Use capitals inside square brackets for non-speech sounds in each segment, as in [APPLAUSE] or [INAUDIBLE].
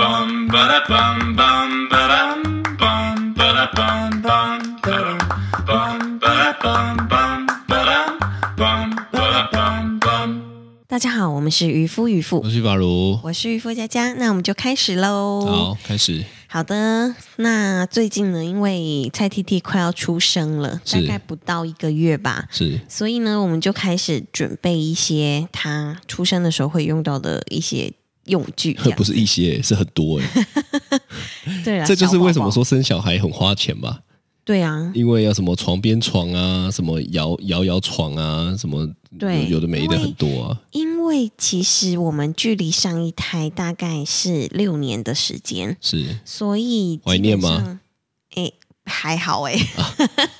bum ba da bum bum ba dum bum ba da bum bum ba dum bum ba da bum bum ba dum bum ba da bum bum. 大家好，我们是渔夫渔妇我，是法如，我是渔夫佳佳，那我们就开始喽。好，开始。好的，那最近呢，因为蔡 T T 快要出生了，大是概不到一个月吧，是所以呢，我们就开始准备一些他出生的时候会用到的一些用 [LAUGHS] 具，这样不是一些，是很多 [LAUGHS] 哎。对啊，这就是小宝宝为什么说生小孩很花钱吧？对啊，因为要什么床边床啊，什么摇摇摇床啊，什么对有有的没的很多啊。因为其实我们距离上一胎大概是六年的时间，是所以基怀念吗本上？哎，还好哎，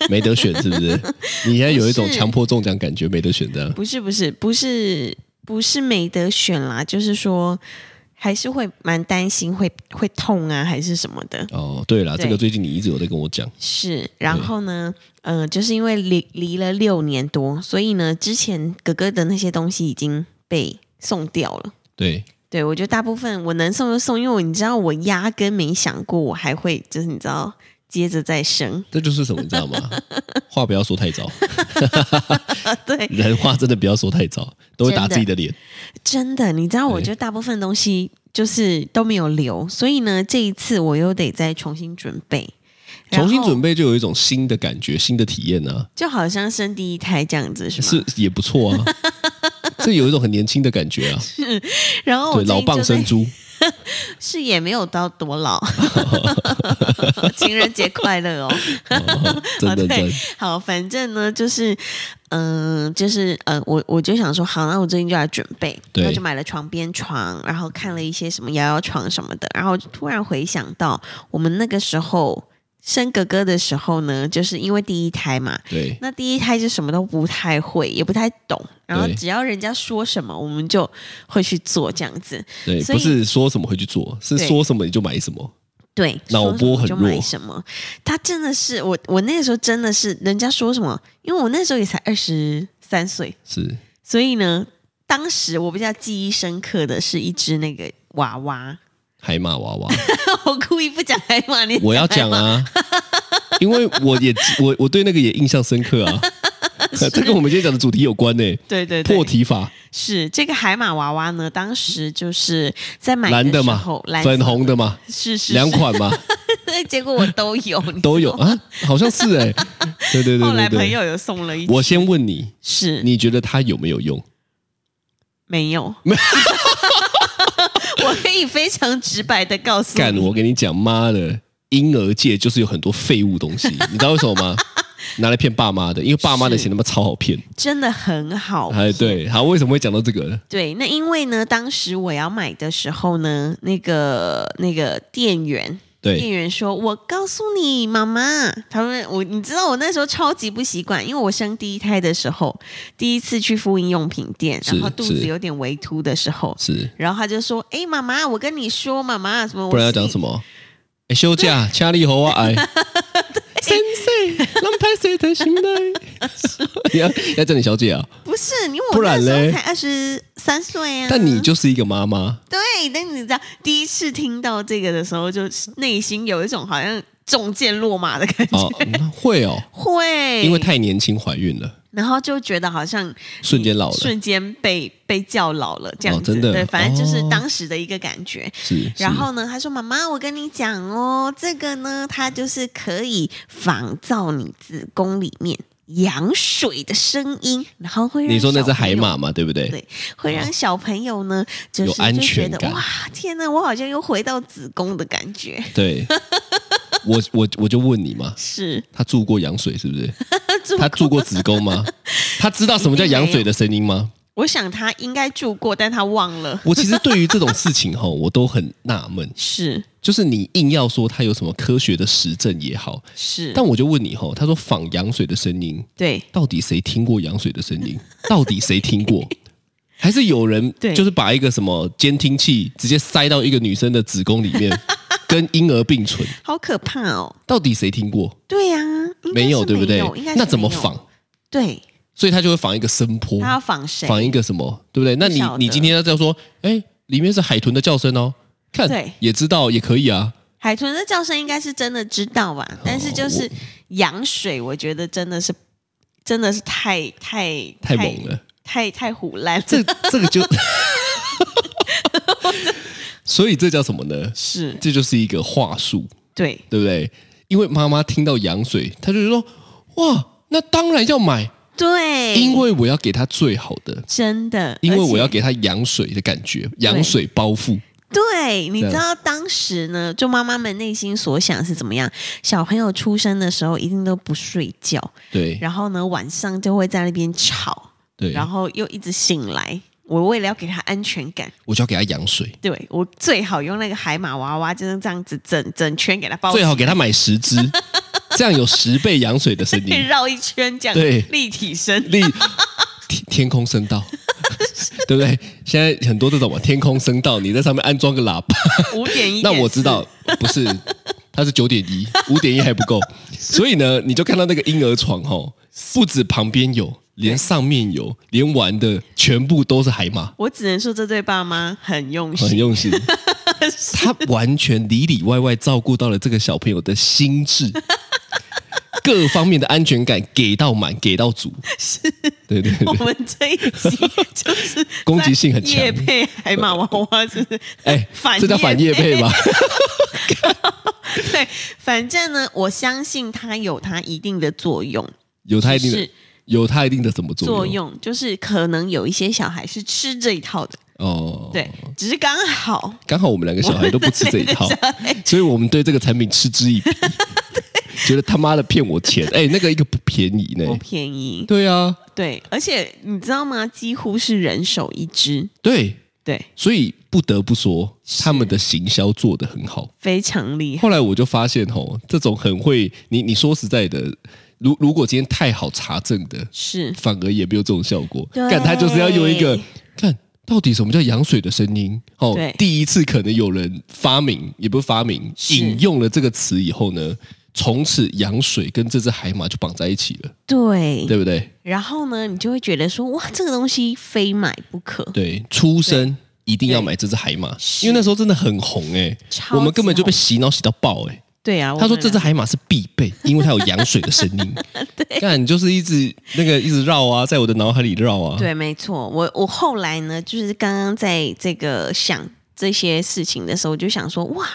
没得选，是不是？ [LAUGHS] 你现在有一种不是强迫中奖感觉，没得选啊这样。不是不是不是不是没得选啦，就是说还是会蛮担心会会痛啊，还是什么的。哦，对了，对这个最近你一直有在跟我讲，是，然后呢，呃，就是因为离离了六年多，所以呢，之前哥哥的那些东西已经被送掉了。对，对，我觉得大部分我能送就送，因为我你知道，我压根没想过我还会，就是你知道，接着再生。 [LAUGHS] 这就是什么，你知道吗？话不要说太早，对，人话真的不要说太早，都会打自己的脸。真的，你知道，我对觉得大部分东西就是都没有留，所以呢，这一次我又得再重新准备，重新准备，备就有一种新的感觉，新的体验啊。就好像生第一胎这样子，是吗？是也不错 [LAUGHS] 啊，这有一种很年轻的感觉啊。然后我对，最近老蚌就在生 [LAUGHS] 珠，是也没有到多老， [LAUGHS] 情人节快乐哦！哦 [LAUGHS] 真的啊真对的好，反正呢，就是，嗯、就是，嗯，我我就想说，好，那我最近就来准备，对我就买了床边床，然后看了一些什么摇摇床什么的，然后突然回想到我们那个时候生哥哥的时候呢，就是因为第一胎嘛，对那第一胎就什么都不太会，也不太懂，然后对只要人家说什么，我们就会去做这样子，对，所以不是说什么会去做，是对说什么你就买什么。对，脑说什波么很就买弱什么？他真的是我，我那个时候真的是人家说什么，因为我那时候也才二十三岁，是所以呢，当时我比较记忆深刻的是一只那个娃娃， [LAUGHS] 海马娃娃，我故意不讲海马，你我要讲海马，啊， [LAUGHS] 因为我也我我对那个也印象深刻 [LAUGHS] 啊。 [LAUGHS] 这跟我们今天讲的主题有关呢、对对对，破题法，是这个海马娃娃呢，当时就是在买蓝的的时嘛候，蓝，粉色红的嘛，是是两是，款 [LAUGHS] 嘛，结果我都有，你知都有道吗。啊，好像是 [LAUGHS] 哎、对对后来对对朋对。友有送了一只，我先问你，是你觉得它有没有用？没 [LAUGHS] 有，我可以非常直白的告诉干，你，我跟你讲，妈的，婴儿界就是有很多废物 [LAUGHS] 东西，你知道为什么吗？拿来骗爸妈的，因为爸妈的是哦钱他妈超好骗。真的很好。哎，对，好，为什么会讲到这个呢？对，那因为呢，当时我要买的时候呢，那个那个店员。店对，员说：“我告诉你，妈妈，他们我你知道我那时候超级不习惯，因为我生第一胎的时候，第一次去妇婴用品店，是然后肚子是有点微凸的时候，是，然后他就说：‘哎，妈妈，我跟你说，妈妈什么？’不然要讲么？什么？哎，休假，掐力猴啊， [LAUGHS] 哎，先生，让拍谁才行 [LAUGHS] 呢？ [LAUGHS] 你要要叫你小姐啊，不是，因为不我那然时候嘞才二十三岁啊。但你就是一个妈妈，对，但你知道第一次听到这个的时候，就是内心有一种好像中箭落马的感觉， [LAUGHS] 哦，那会哦，会，因为太年轻怀孕了，然后就觉得好像瞬间老了，嗯瞬间被被叫老了这样哦子，真的对，反正就是哦当时的一个感觉。是，是然后呢，他说：“妈妈，我跟你讲哦，这个呢，它就是可以仿造你子宫里面羊水的声音，然后会让你说那小是朋海友马嘛，对不对？对，会让小朋友呢，就有是安就觉全得感哇，天哪，我好像又回到子宫的感 [LAUGHS] 觉。对，我我我就问你嘛，是，他住过羊水是不是？ [LAUGHS] 住他住过子宫 [LAUGHS] 吗？他知道什么叫羊水的声音吗？我想他应该住过，但他忘了。我其实对于这种事情哈， [LAUGHS] 我都很纳闷，是就是你硬要说他有什么科学的实证也好，是，但我就问你哈，他说仿羊水的声音，对到底谁听过羊水的声音？ [LAUGHS] 到底谁听过？ [LAUGHS] 还是有人对就是把一个什么监听器直接塞到一个女生的子宫里 [LAUGHS] 面，跟婴儿并存？好可怕哦。到底谁听过？对呀、应该是没没有，对不对应该？是那怎么没有仿？？对，所以他就会仿一个声波，他要仿谁？仿一个什么，对不对？那你不晓得你今天要这样说，哎，里面是海豚的叫声哦，看对也知道也可以啊。海豚的叫声应该是真的知道吧，哦但是就是羊水，我觉得真的是真的是太太太猛了，太太虎烂，这这个 [LAUGHS] 就， [LAUGHS] 所以这叫什么呢？是这就是一个话术，对对不对？因为妈妈听到羊水，她就说：“哇，那当然要买，对，因为我要给她最好的，真的，因为我要而且给她羊水的感觉，羊水包覆。对，你这知样道当时呢，就妈妈们内心所想是怎么样？小朋友出生的时候一定都不睡觉，”对然后呢晚上就会在那边吵，对，然后又一直醒来。我为了要给他安全感，我就要给她羊水，对我最好用那个海马娃娃，就是这样子整整圈给他包起最好给她买十 [LAUGHS] 只，这样有十倍羊水的声可以音。绕一圈这样，对立 [LAUGHS] 体声，立天天空声道， [LAUGHS] 对不对？现在很多这种嘛，天空声道，你在上面安装个喇叭，五点一。那我知道不 [LAUGHS] 是，它是九点一，五点一还不够，所以呢，你就看到那个婴儿床吼，不止旁边有，连上面有，连玩的全部都是海马，我只能说这对爸妈很用很心，用心。他完全里里外外照顾到了这个小朋友的心智，各方面的安全感给到满，给到足。是，对对对 [LAUGHS] 我们这一集就是在 [LAUGHS] 攻击性很强夜配海马娃娃是不是？哎，反这叫反业业配 [LAUGHS] 吧？对，反正呢，我相信它有它一定的作用。有它一定是的，有它一定的什么作作用？用就是可能有一些小孩是吃这一套的，哦，对，，只是刚好刚好我们两个小孩都不吃这一套 [LAUGHS] 我们两个小孩，所以我们对这个产品嗤之以 [LAUGHS] 鼻，觉得他妈的骗我钱，哎，那个一个不便宜呢不。便宜。对啊，对，而且你知道吗？几乎是人手一只，对，对，所以不得不说他们的行销做得很好。非常厉害。后来我就发现吼，这种很会你你说实在的，如如果今天太好查证的，是 [LAUGHS] 反而也没有这种效果。对但他就是要用一个看到底什么叫羊水的声音。哦对，第一次可能有人发明，也不是发明，是引用了这个词以后呢，从此羊水跟这只海马就绑在一起了，对，对不对？然后呢，你就会觉得说，哇，这个东西非买不可。对，出生一定要买这只海马，因为那时候真的很红哎、超级我们根本就被洗脑洗到爆哎、对啊，他我说们这只俩海马是必备，因为它有羊水的声 [LAUGHS] 音。对，但就是一直那个一直绕啊，在我的脑海里绕啊。对，没错。我我后来呢，就是刚刚在这个想这些事情的时候，我就想说，哇，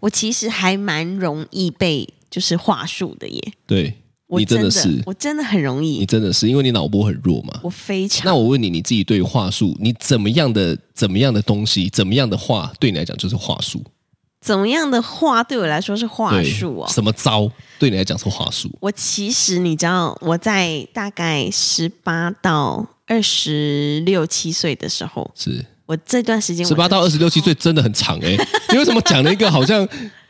我其实还蛮容易被就是话术的耶。对，我你真的的是，我真的很容你易，真的是，因为你脑波很弱嘛。我非常那我问你，你自己对于话术，你怎么样的怎么样的东西，怎么样的话，对你来讲就是话术？怎么样的话对我来说是话对术哦。什么招对你来讲是话术？我其实你知道，我在大概十八到二十六七岁的时候，是我这段时间我十八到二十六七岁真的很长哎、你为什么讲了一个好像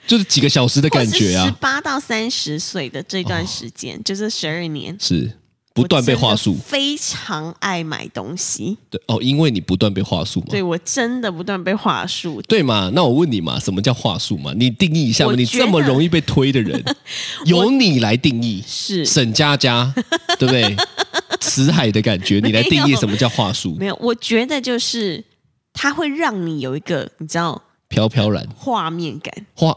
就是几个小时的感觉 [LAUGHS] 十啊？哦八到三十岁的这段时间，就是十二年，是不断被话术我真的非常爱买东西，对哦，因为你不断被话术嘛。对我真的不断被话术。对嘛？那我问你嘛，什么叫话术嘛？你定义一下嘛？我你觉得这么容易被推的 [LAUGHS] 人， [LAUGHS] 由你来定义。是沈佳 [LAUGHS] 佳，对不对？辞海的感觉，你来定没义有什么叫话术？没有，我觉得就是它会让你有一个你知道飘飘然画面感，画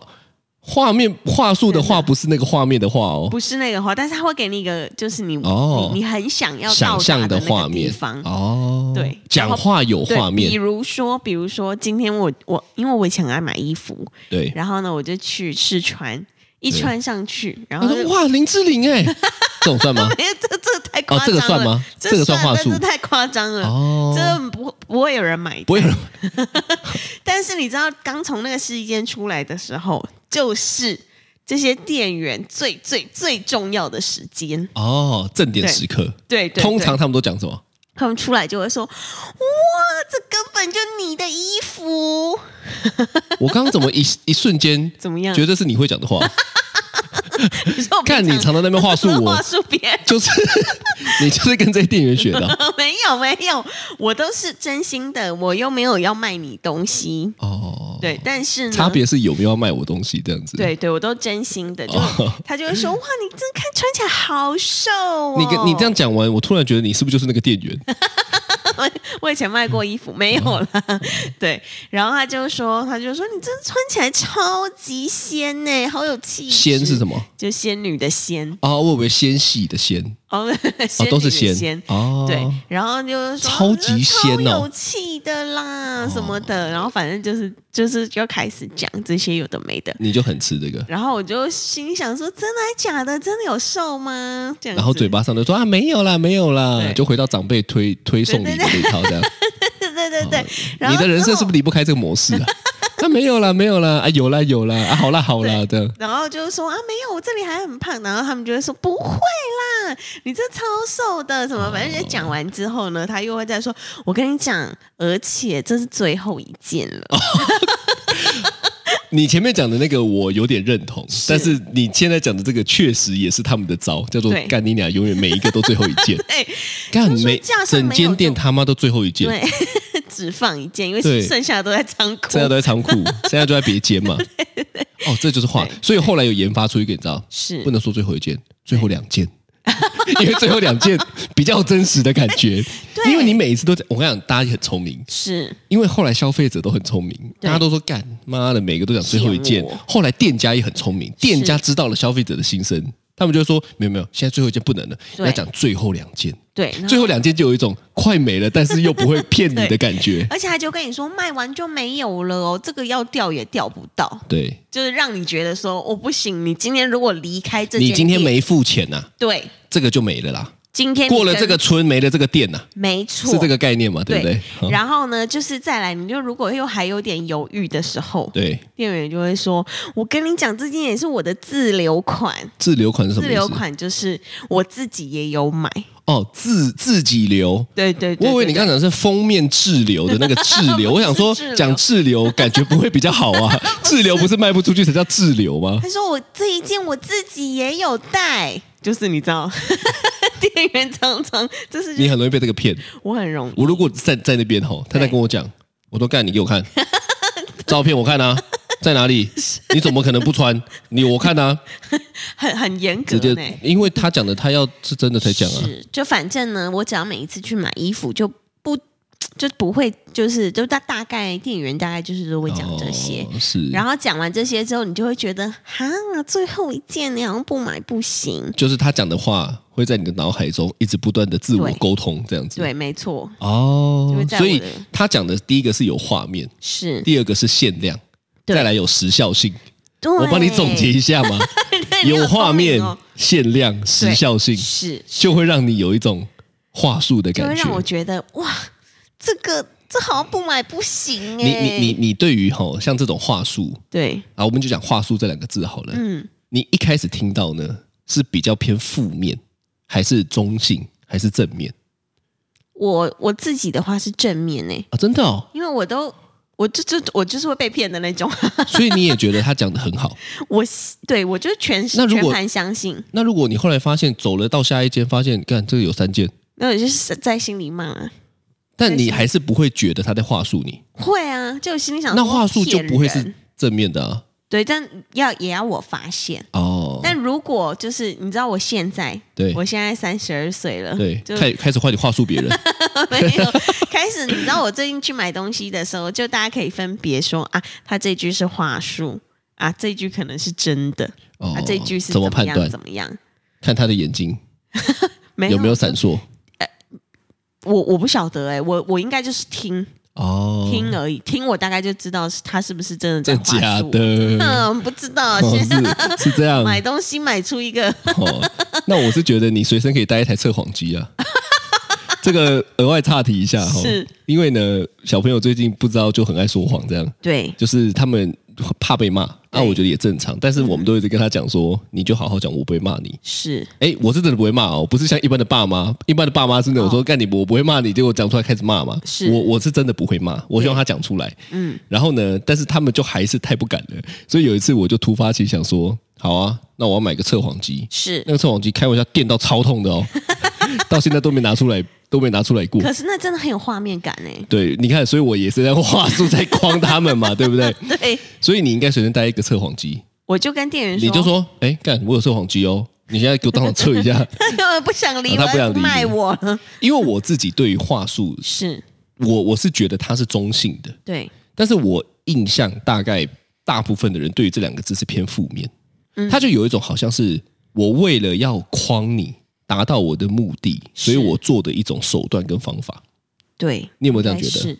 画面话术的真话，的不是那个画面的话哦，不是那个话，但是它会给你一个就是你、哦你你很想要到想达象的那画个地面方。哦。对讲话有对画面比，如说，比如说，今天我我因为我以前很爱买衣服，对。然后呢，我就去试穿，一对穿上去，然他后说就：“ [LAUGHS]？哇，林志玲哎，这种算吗哎，这这太夸哦张了，这个算吗这这个算话但术这太夸张了，哦这不不会有人买不单。会有人，但是你知道，刚从那个试衣间出来的时候，就是这些店员最最最重要的时间。哦，正点时刻，对，对通常对他们都讲什么？他们出来就会说：“哇，这根本就你的衣服，我刚刚怎么一一瞬间怎么样觉得这是你会讲的 [LAUGHS] 话，你说我平看你常常在那边话 [LAUGHS] 术我话，术别人。”就是 [LAUGHS] 你就是跟这些店员学的没有没有，我都是真心的，我又没有要卖你东西。哦。对，，但是呢，差别是有没有要卖我东西这样子。，嗯对对，我都真心的，就、哦他就会 [LAUGHS] 说：“哇，你这看穿起来好瘦哦。” [LAUGHS] 你跟你这样，讲完，我突然觉得你是不是就是那个店员？我以前卖过衣服，没有嗯啦。对，然后他就说，他就说你真的穿起来超级仙呢、好有气质。仙是什么？就仙女的仙啊，我以为纤细的纤，哦，哦仙，都是女的纤仙。哦，对，然后就是说呃超级仙哦超有气的啦什么的，然后反正就是就是就开始讲这些有的没的，你就很吃这个。然后我就心想说，真的还假的？真的有瘦吗？这样子，然后嘴巴上就说啊没有啦没有啦，对就回到长辈推推送你的那一套这样。对对对对， [LAUGHS] 然后哦你的人之生后是不是离不开这个模 [LAUGHS] 式啊？啊没有啦没有啦啊有啦有啦啊好啦好啦这样。然后就说啊，没有，我这里还很胖。然后他们就会说不会啦，你这超瘦的，什么？反哦正就讲完之后呢，他又会再说，我跟你讲，而且这是最后一件了。哦你前面讲的那个我有点认同，但是你现在讲的这个确实也是他们的招，叫做对干你俩永远每一个都最后一件，对干他说每架上整没有间就店他妈都最后一件，哎对， [LAUGHS] 只放一件，因为对剩下的都在仓库现。在都在仓 [LAUGHS] 库，现在都在别间嘛。哦，这就是话对，所以后来有研发出一个，你知道，是不能说最后一件，最后两件。 [LAUGHS] 因为最后两件比较真实的感觉， [LAUGHS] 对因为你每一次都在，我跟你讲，大家也很聪明，是因为后来消费者都很聪明，对大哦家都说干妈的，每个都讲最后一件骗我。后来店家也很聪明，店家知道了消费者的心声，他们就说没有没有，现在最后一件不能了，对啊要讲最后两件。对，然后最后两件就有一种快没了，但是又不会骗你的 [LAUGHS] 对感觉。而且他就跟你说卖完就没有了哦，这个要掉也掉不到，对就是让你觉得说我、哦、不行，你今天如果离开这间你店，今天没付钱呐、啊，对，这个就没了啦。今哎天你过了跟这个村没了这个店呐、没错，是这个概念嘛？对嗯对不对？啊好然后呢，就是再来，你就如果又还有点犹豫的时候，对，店员就会说：“我跟你讲，这件也是我的自留款。自留款是什自么意思？留款就是我自己也有买。哦，自自己留。对”对对我对以为你刚刚讲的是封面滞留的那个滞 [LAUGHS] 留，我想说滞留讲滞留感觉不会比较好 [LAUGHS] 啊。滞留不是卖不出去才叫滞留吗？他说：“我这一件我自己也有带。”就是你知道， [LAUGHS] 店员常常就是你很容易被这个骗。我很容易我如果在在那边吼，他在对跟我讲，我都干，你给我看照片，我看啊，在哪里？你怎么可能不穿？你我看啊，很很严格直接呢，。因为他讲的他要是真的才讲啊。是，就反正呢，我只要每一次去买衣服就不。就不会，就是就大大概店员大概就是都会讲这些，哦、是，然后讲完这些之后，你就会觉得哈，最后一件你好像不买不行。就是他讲的话会在你的脑海中一直不断的自我对沟通，这样子。对，没错，就哦会，在我所的以他讲的第一个是有画面，是。第二个是限量，对再来有时效性。对我帮你总结一下嘛，对 [LAUGHS] [LAUGHS] 你有好聪画面明哦、限量、时效性，是，就会让你有一种话术的就会感让我觉。觉得哇，这个这好像不买不行哎、你你你你对于吼像这种话术对，啊，我们就讲话术这两个字好了。嗯，你一开始听到呢，是比较偏负面，还是中性，还是正 [LAUGHS] 面我我自己的话是正面哎、啊？真的哦，因为我都。我就就我就是会被骗的那种， [LAUGHS] 所以你也觉得他讲的很好。我是对我就是全那如全果盘相信，那如果你后来发现走了到下一间，发现干这个有三件，那我就是在心里骂、啊，但你还是不会觉得他在话术你，会啊，就我心里想那说话术就骗不会人是正面的啊。对，但要也要我发现。哦，但如果就是你知道我现在，对我现在三十二岁了，对，就开开始换你话术别人， [LAUGHS] 没有开始。你知道我最近去买东西的时候，就大家可以分别说啊，他这句是话术啊，这句可能是真的，哦啊，这句是怎么么判样断怎么样？看他的眼睛没有没有闪烁。我我不晓得哎、我我应该就是听哦，听而已，听我大概就知道是他是不是真的在真话假术。的？嗯，不知道， [LAUGHS] 哦，现在是是 [LAUGHS] 这样。买东西买出一个 [LAUGHS] 哦，那我是觉得你随身可以带一台测谎机啊。 [LAUGHS] 这个额外岔题一 [LAUGHS] 下哈、是因为呢，小朋友最近不知道就很爱说谎，这样对就是他们怕被骂，那、对嗯我觉得也正常。但是我们都一直跟他讲说，你就好好讲，我不会骂你。是哎，我是真的不会骂哦，不是像一般的爸妈，一般的爸妈是那种说、干你我不会骂你，结果讲出来开始骂嘛。哦是我我是真的不会骂，我希望他讲出来。嗯，然后呢，但是他们就还是太不敢了，所以有一次我就突发奇想说，好啊，那我要买个测谎机。是那，个测谎机开玩笑电到超痛的哦，到现在都没拿出来，都没拿出来过。可是那真的很有画面感哎、对，你看，所以我也是在用话术在框他们嘛，对不对？对，所以你应该随身带一个测谎机，我就跟店员说，你就说，哎，干，我有测谎机哦，你现在给我当场测一下， [LAUGHS] [LAUGHS] 他根本不想理我，啊他不想理你卖我了。因为我自己对于话术是我我是觉得它是中性的，对，但是我印象大概大部分的人对于这两个字是偏负面，嗯他就有一种好像是我为了要框你，达到我的目的，所以是我做的一种手段跟方法。对，你有没有这样应觉该得？是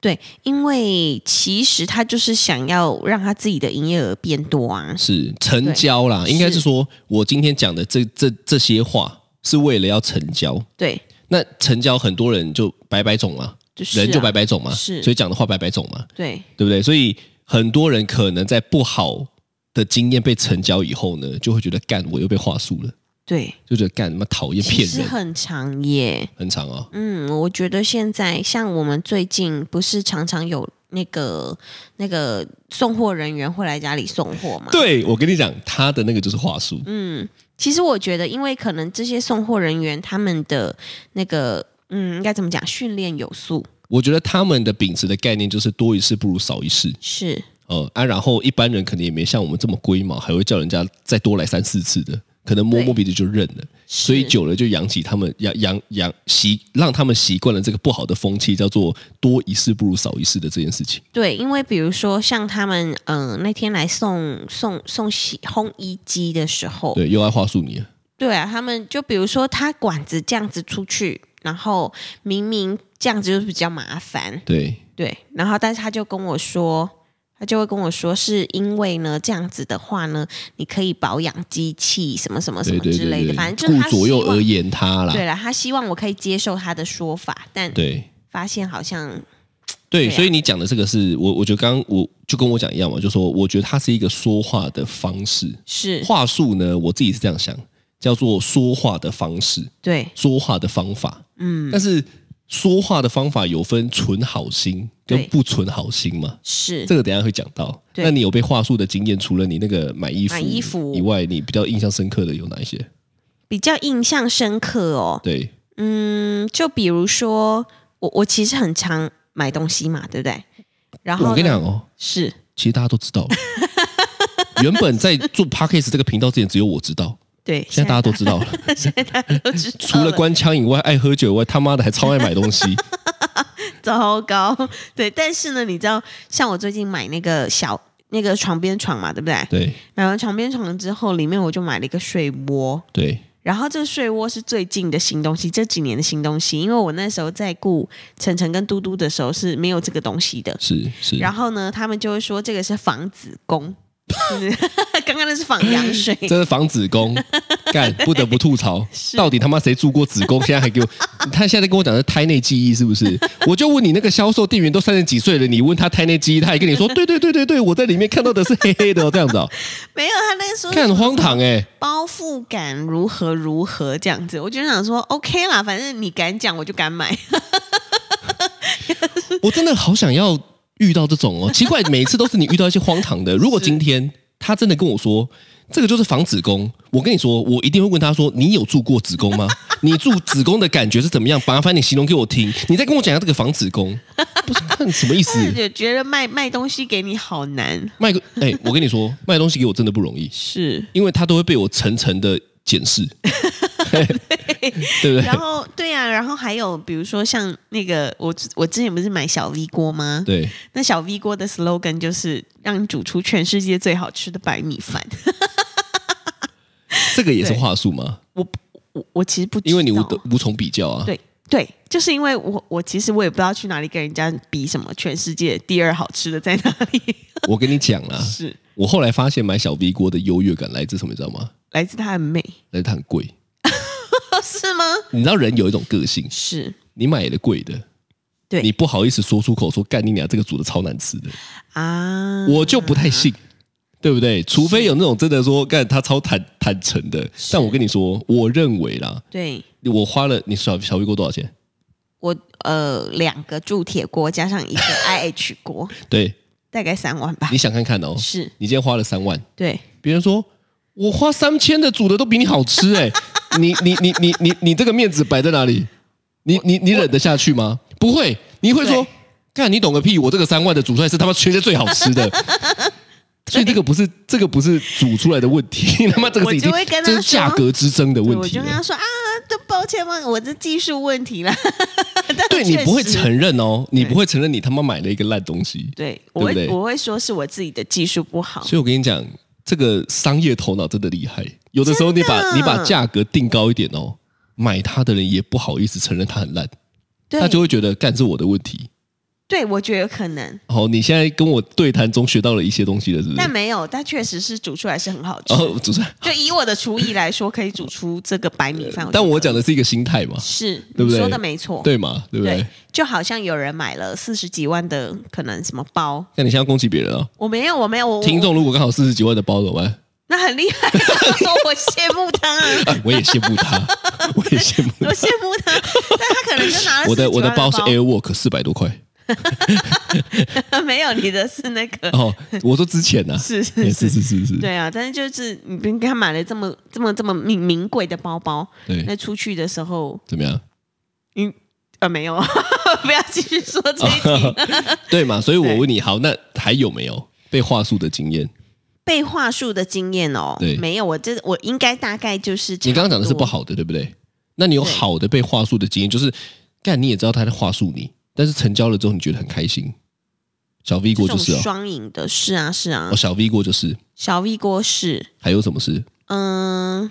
对，因为其实他就是想要让他自己的营业额变多啊。是成交啦，对应该是是说我今天讲的这这这些话是为了要成交。对，那成交很多人就百百种嘛，就是、啊、人就百百种嘛，是所以讲的话百百种嘛，对，对不对？所以很多人可能在不好的经验被成交以后呢，就会觉得干我又被话术了，对，就觉得干他妈讨厌其骗实人，很长耶。很长啊、嗯，我觉得现在像我们最近不是常常有那个那个送货人员会来家里送货吗？。对我跟你讲，他的那个就是话术，嗯，其实我觉得，因为可能这些送货人员他们的那个，嗯，应该怎么讲，训练有素，我觉得他们的秉持的概念就是多一事不如少一事，是呃啊，然后一般人可能也没像我们这么龟毛，还会叫人家再多来三四次的，可能摸摸对鼻子就认了，是所以久了就养起他们养养养习，让他们习惯了这个不好的风气，叫做多一事不如少一事的这件事情。对，因为比如说像他们，嗯、那天来送送送洗烘衣机的时候，对，又爱话术你了，对啊，他们就比如说他管子这样子出去，然后明明这样子就是比较麻烦，对，对，然后但是他就跟我说，他就会跟我说，是因为呢这样子的话呢，你可以保养机器什么什么什对么对之对类对的，对，反正就是顾他左右希望而言他啦，对了，他希望我可以接受他的说法，但对发现好像对，对啊所以你讲的这个是我，我觉得刚刚我就跟我讲一样嘛，就说我觉得它是一个说话的方式，是话术呢，我自己是这样想，叫做说话的方式。对说话的方法，嗯，但是说话的方法有分存好心跟对不存好心嘛，是这个等一下会讲到。对那你有被话术的经验，除了你那个买衣服买衣服以外，你比较印象深刻的有哪一些？比较印象深刻哦。对，嗯，就比如说我我其实很常买东西嘛，对不对？然后我跟你呢讲哦，是其实大家都知 [LAUGHS] 道了。原本在做 podcast 这个频道之前，只有我知道，对，现在大家都知道了。家都 [LAUGHS] 知道除了官腔以外，爱喝酒以外，他妈的还超爱买东 [LAUGHS] 西。糟糕，对。但是呢，你知道，像我最近买那个小那个床边床嘛，对不对？对买完床边床之后，里面我就买了一个睡窝，对，然后这个睡窝是最近的新东西，这几年的新东西。因为我那时候在雇晨晨跟嘟嘟的时候是没有这个东西的，是是。然后呢，他们就会说这个是防子宫， [LAUGHS] 就是刚刚那是防羊水， [LAUGHS] 这是防子宫，干不得不吐槽，到底他妈谁住过子宫？现在还给我， [LAUGHS] 他现在跟我讲的胎内记忆是不是？我就问你，那个销售店员都三十几岁了，你问他胎内记忆，他还跟你说，对对对对对，我在里面看到的是黑黑的、哦，这样子哦，没有他那个时候看很荒唐哎、包覆感如何如何这样子，我就想说 OK 啦，反正你敢讲我就敢买，我真的好想要遇到这 [LAUGHS] 种哦，奇怪，每次都是你遇到一些荒唐的。如果今天他真的跟我说这个就是防子宫，我跟你说，我一定会问他说：“你有住过子宫 [LAUGHS] 吗？你住子宫的感觉是怎么样？麻烦你形容给我听。”你再跟我讲一下这个防子宫，不是看什么意思？ [LAUGHS] 就觉得卖卖东西给你好难，卖个哎、我跟你说，卖东西给我真的不容易，是。因为他都会被我层层的检 [LAUGHS] 视， [LAUGHS] 对不对然？后对呀、然后还有比如说像那个我我之前不是买小 V 锅吗？对，那小 V 锅的 slogan 就是让你煮出全世界最好吃的白米饭。 [LAUGHS] 这个也是对话术嘛，我我我其实不知道，因为你无无从比较啊。对对，就是因为我我其实我也不知道去哪里跟人家比什么全世界第二好吃的在哪里， [LAUGHS] 我跟你讲啊啦，是我后来发现买小 V 锅的优越感来自什么，你知道吗？来自它的美，来自它很贵。哦是吗？你知道人有一种个性，是你买了贵的，对你不好意思说出口说干你娘这个煮的超难吃的，啊，我就不太信，对不对？除非有那种真的说干他超坦坦诚的。但我跟你说，我认为啦，对我花了你小小 V 锅多少钱？我呃两个铸铁锅加上一个 [LAUGHS] IH 锅，对大概三万吧你，想看看哦，是你今天花了三万，对别人说我花三千的煮的都比你好吃哎、 [LAUGHS] 你你你你你你这个面子摆在哪里？你你你忍得下去吗？不会，你会说对，看你懂个屁！我这个三万的煮出来是他妈全世界最好吃 [LAUGHS] 的，所以这个不是这个不是煮出来的问题， [LAUGHS] 他妈这个是已经我就会跟他这是价格之争的对问我题就跟他了。说啊，对，抱歉嘛，我这技术问题啦， [LAUGHS] 但对你确不会实承认哦，你不会承认你他妈买了一个烂东西。对，不我会对我会说是我自己的技术不好。所以我跟你讲，这个商业头脑真的厉害。有的时候你真把的你把价格定高一点哦，买它的人也不好意思承认它很烂，对他，就会觉得干是我的问题。对我觉得有可能，哦，你现在跟我对谈中学到了一些东西了，是不是但？没有，但确实是煮出来是很好吃。哦，主持人，就以我的厨艺来说，可以煮出这个白米饭。呃但我觉讲得的是一个心态嘛，是，对不你对说的没错。对嘛，对不对对？，就好像有人买了四十几万的可能什么包，那你现在攻击别人啊？我没有，我没有，我听我众如果刚好四十几万的包怎啊么办？那很厉害、我羡慕他， [LAUGHS] 啊，我也羡慕 [LAUGHS] 他，我也羡慕他我羡慕他，但他可能就拿了我的40我的几万包是 AirWalk 四百多块 [LAUGHS] 没有你的是那个。哦，我说之前呢、啊，是哎是是是是是是， [LAUGHS] 对啊，但是就是你跟他买了这么这么这么名名贵的包包，那对，出去的时候，怎么样？嗯呃没有， [LAUGHS] 不要继续说这 [LAUGHS] 一题。对嘛？所以我对问你，好，那还有没有被话术的经验？被话术的经验哦对，没有，我这我应该大概就是你刚刚讲的是不好。好的，对不对？那你有对好的被话术的经验，就是干你也知道他在话术你，但是成交了之后你觉得很开心。小 V 这过种就是哦，双赢的，是啊是啊哦，小 V 过就是，小 V 锅是，还有什么事？嗯，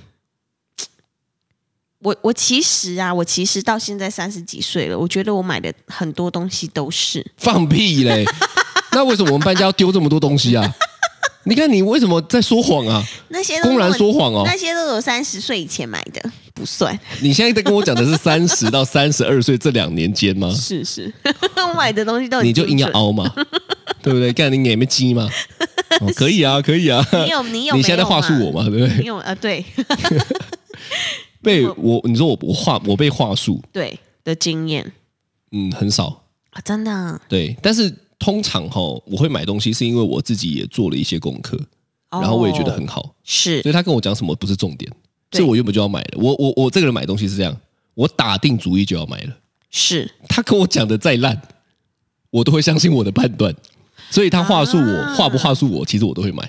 我我其实啊，我其实到现在三十几岁了，我觉得我买的很多东西都是，放屁 [LAUGHS] 嘞！那为什么我们搬家要丢这么多东西啊？你看你为什么在说谎啊？那些都是公然我说谎哦！那些都是我三十岁以前买的，不算，你现在在跟我讲的是三十到三十二岁这两年间 [LAUGHS] 吗？是是， [LAUGHS] 我买的东西都很你就硬要精准凹嘛， [LAUGHS] 对不对？干你也没鸡嘛、哦可以啊，可以啊。你有 [LAUGHS] 你 [LAUGHS] 有你现在在话术我吗？嘛，对不你对？有呃对 [LAUGHS] 被我你说我我话我被话术，对的经验嗯，很少啊，真的啊对。但是通常哈、我会买东西是因为我自己也做了一些功课，哦然后我也觉得很好，是所以他跟我讲什么不是重点，对所以我原本就要买的。我我我这个人买东西是这样，我打定主意就要买了。是他跟我讲的再烂，我都会相信我的判断。所以他话术我，啊话不话术我，其实我都会买，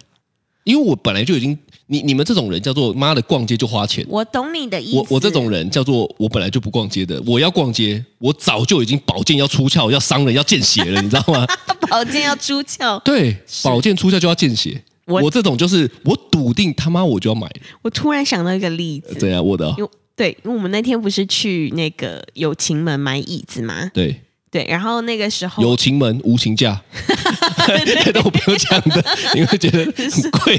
因为我本来就已经你你们这种人叫做妈的逛街就花钱，我懂你的意思，我我这种人叫做我本来就不逛街的，我要逛街，我早就已经宝剑要出鞘，要伤人，要见血了，你知道 [LAUGHS] 吗？ [LAUGHS] 宝剑要出鞘，对，宝剑出鞘就要见血。我我这种就是我笃定他妈我就要买， [LAUGHS] 我突然想到一个例子，怎样我的哦因为对，因为我们那天不是去那个友情门买椅子吗？对对，然后那个时候友情门无情 [LAUGHS] 价， [LAUGHS] 这都不用讲的，你会觉得很贵。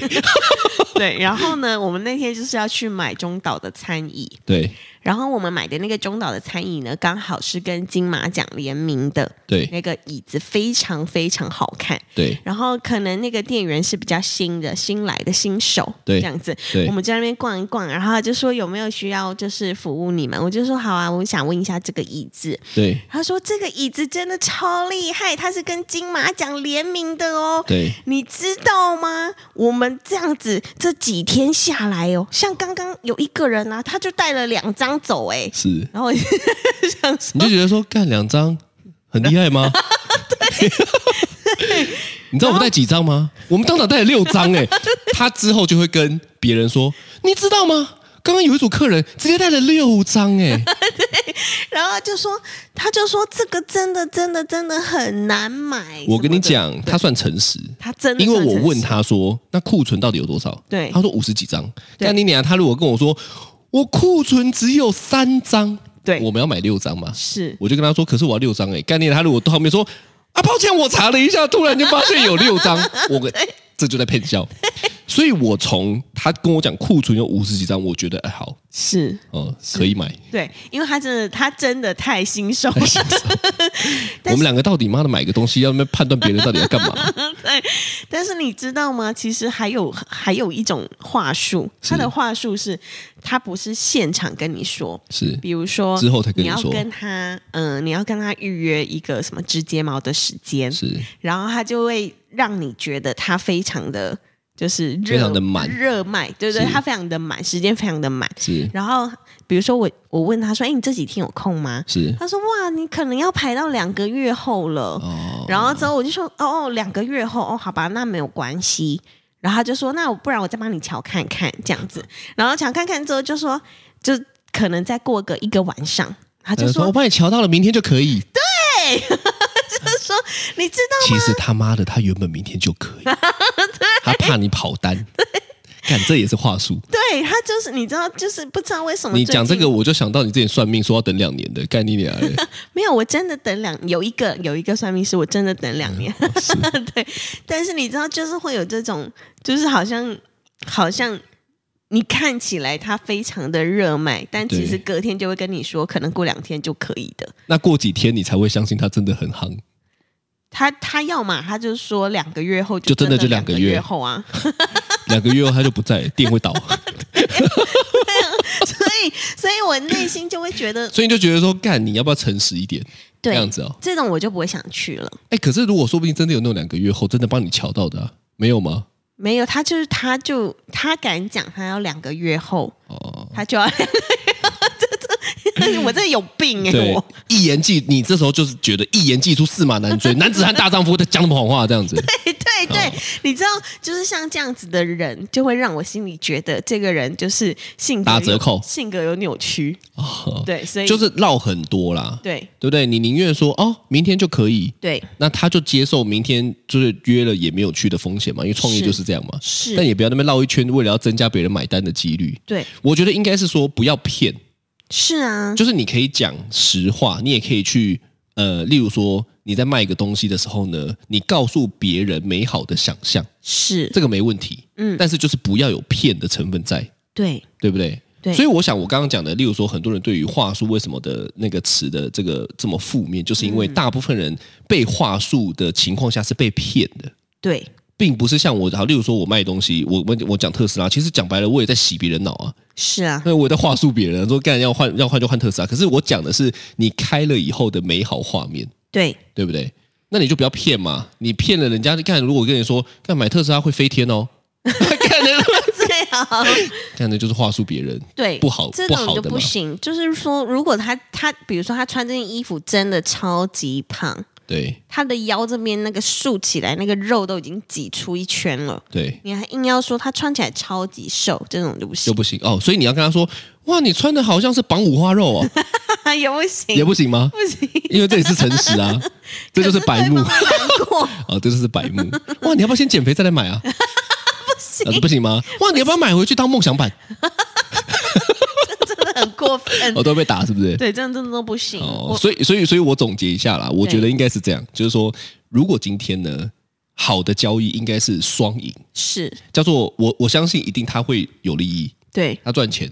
对，然后呢，我们那天就是要去买中岛的餐椅，对然后我们买的那个中岛的餐椅呢，刚好是跟金马奖联名的对那个椅子，非常非常好看。对然后可能那个店员是比较新的，新来的新手，对这样子。对我们就在那边逛一逛，然后他就说有没有需要就是服务你们，我就说好啊，我想问一下这个椅子。对他说这个椅子真的超厉害，它是跟金马奖联名的哦。对，你知道吗？我们这样子这几天下来哦，像刚刚有一个人啊，他就带了两张走哎、是，然后我 [LAUGHS] 就想说你就觉得说干两张很厉害 [LAUGHS] 吗？你知道我们带几张吗？我们当场带了六张 [LAUGHS] 哎、他之后就会跟别人说，你知道吗？刚刚有一组客人直接带了六张 [LAUGHS] 哎、然后就说，他就说这个真的真的真的很难买。我跟你什么的，讲，他算诚实，他真的因为我问算诚实，他说，那库存到底有多少？对他说五十几张。对但你俩他如果跟我说，我库存只有三张，对我们要买六张嘛，是我就跟他说，可是我要六张哎、欸，概念他如果到后面说啊，抱歉，我查了一下，突然就发现有六 [LAUGHS] 张，我跟这就在骗笑。所以我从他跟我讲库存有五十几张，我觉得哎好，是，哦、可以 [LAUGHS] 买。 [LAUGHS] 对，因为他真的他真的太新手了，我们两个到底妈的买个东西，要那边判断别人到底要干嘛？对，但是你知道吗？其实还有还有一种话术，他的话术是，他不是现场跟你说，是比如说之后才跟你你要说跟他，嗯、你要跟他预约一个什么织睫毛的时间，是，然后他就会让你觉得他非常的就是热非常地满热卖，对不对？是他非常的满，时间非常的满。是然后比如说我我问他说：“哎，你这几天有空吗？”是他说：“哇，你可能要排到两个月后了。”哦，然后之后我就说，哦哦，两个月后，哦，好吧，那没有关系。然后他就说，那我不然我再帮你瞧看嗯看这样子。然后瞧看看之后就说，就可能再过个一个晚上，他就我说啊帮你瞧到了，明天就可以。说你知道其实他妈的，他原本明天就可以， [LAUGHS] 他怕你跑单。干，这也是话术。对他就是你知道就是不知道为什么你最讲这近个，我就想到你之前算命说要等两年的，啊干你 [LAUGHS] 娘嘞！没有，我真的等两有一个有一个算命师，我真的等嗯两年。哦 [LAUGHS] 对，但是你知道，就是会有这种，就是好像好像你看起来他非常的热卖，但其实对隔天就会跟你说，可能过两天就可以的。那过几天你才会相信他真的很夯。他他要嘛，他就说两个月后就真的的就两两个个月后啊， [LAUGHS] 两个月后他就不在了，店会倒。啊所以所以我内心就会觉得所以你就觉得说，干，你要不要诚实一点？对 [CLEARS THROAT] 这样子哦。这种我就不会想去了。哎，可是如果说不定真的有那种两个月后真的帮你瞧到的、啊，没有吗？没有，他就是他就他敢讲，他要两个月后，哦，他就要这 [LAUGHS] 这， [LAUGHS] 我这有病哎、对我， [LAUGHS] 一言既你这时候就是觉得一言既出驷马难追，男子汉大丈夫在讲什么谎话这样子？对对对，你知道，就是像这样子的人，就会让我心里觉得这个人就是性格打有折扣性格有扭曲，哦， [LAUGHS] 对，所以就是绕很多啦，对对不对？你宁愿说哦，明天就可以，对那他就接受明天就是约了也没有去的风险嘛，因为创业是就是这样嘛。是，但也不要那边绕一圈，为了要增加别人买单的几率。对我觉得应该是说不要骗，是啊，就是你可以讲实话，你也可以去呃，例如说你在卖一个东西的时候呢，你告诉别人美好的想象，是这个没问题。嗯但是就是不要有骗的成分在，对对不对？对所以我想，我刚刚讲的，例如说，很多人对于话术为什么的那个词的这个这么负面，就是嗯因为大部分人被话术的情况下是被骗的。对并不是像我，好，例如说我卖东西，我我我讲特斯拉，其实讲白了，我也在洗别人脑啊，是啊，那我也在话术别人，说干要换要换就换特斯拉，可是我讲的是你开了以后的美好画面，对对不对？那你就不要骗嘛，你骗了人家，干如果跟你说干买特斯拉会飞天哦， [LAUGHS] 干的 [LAUGHS] 最好干的就是话术别人，对不好这不种好就的不嘛，行。就是说，如果他他比如说他穿这件衣服真的超级胖，对他的腰这边那个竖起来，那个肉都已经挤出一圈了。对你还硬要说他穿起来超级瘦，这种就不就行，不行哦，所以你要跟他说，哇，你穿的好像是绑五花肉哦， [LAUGHS] 也不行，也不行吗？不行，因为这也是诚实啊，这就是白目可。是对方会难过， [LAUGHS] 哦，这就是白目。哇，你要不要先减肥再来买啊？不行、不行吗？哇，你要不要买回去当梦想版？真的很过分哦，。都会被打是不是？对，这样真的都不行。哦，我所以所以所以我总结一下啦，我对觉得应该是这样，就是说，如果今天呢，好的交易应该是双赢，是叫做我我相信一定他会有利益，对，他赚钱，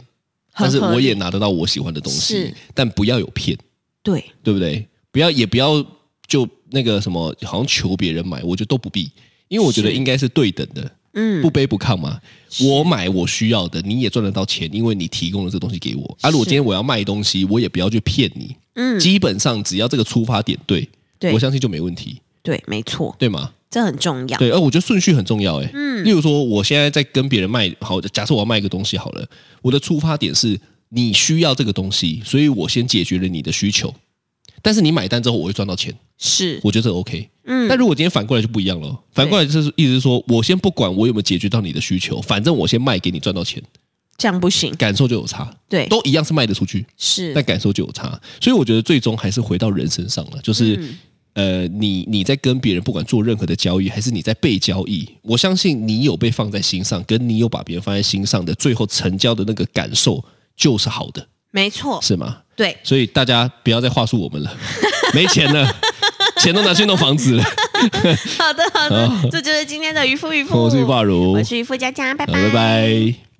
很但是合理我也拿得到我喜欢的东西是，但不要有骗，对对不对？不要也不要就那个什么，好像求别人买，我觉得都不必，因为我觉得是应该是对等的。嗯，不卑不亢嘛。我买我需要的，你也赚得到钱，因为你提供了这东西给我。啊，如果是今天我要卖东西，我也不要去骗你。嗯，基本上只要这个出发点对，对我相信就没问题，对，没错，对吗？这很重要。对，而我觉得顺序很重要、欸。嗯，例如说，我现在在跟别人卖，好，假设我要卖一个东西好了，我的出发点是你需要这个东西，所以我先解决了你的需求。但是你买单之后，我会赚到钱，是，我觉得这 OK。嗯但，如果今天反过来就不一样了，反过来就是意思是说我先不管我有没有解决到你的需求，反正我先卖给你赚到钱，这样不行。感受就有差。对，都一样是卖得出去，是但感受就有差。所以我觉得最终还是回到人身上了，就是、嗯呃，你你在跟别人不管做任何的交易，还是你在被交易，我相信你有被放在心上，跟你有把别人放在心上的，最后成交的那个感受就是好的，没错，是吗？对，所以大家不要再话术我们了，没钱 [LAUGHS] 了，钱都拿去弄房子了。哦好的，好的，这就是今天的渔夫渔夫，我是玉霸如我是渔夫佳佳，拜好拜拜。